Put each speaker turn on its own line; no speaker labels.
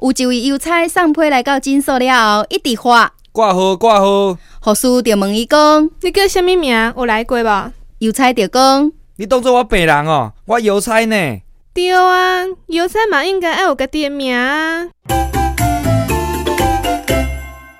有一位邮差送批来到诊所了后，一直发，
挂号挂号，
护士就问伊讲，
你叫什物名？有来过无？
邮差就讲，
你当做我病人哦，我邮差呢。
对啊，邮差嘛应该爱有家己的名啊。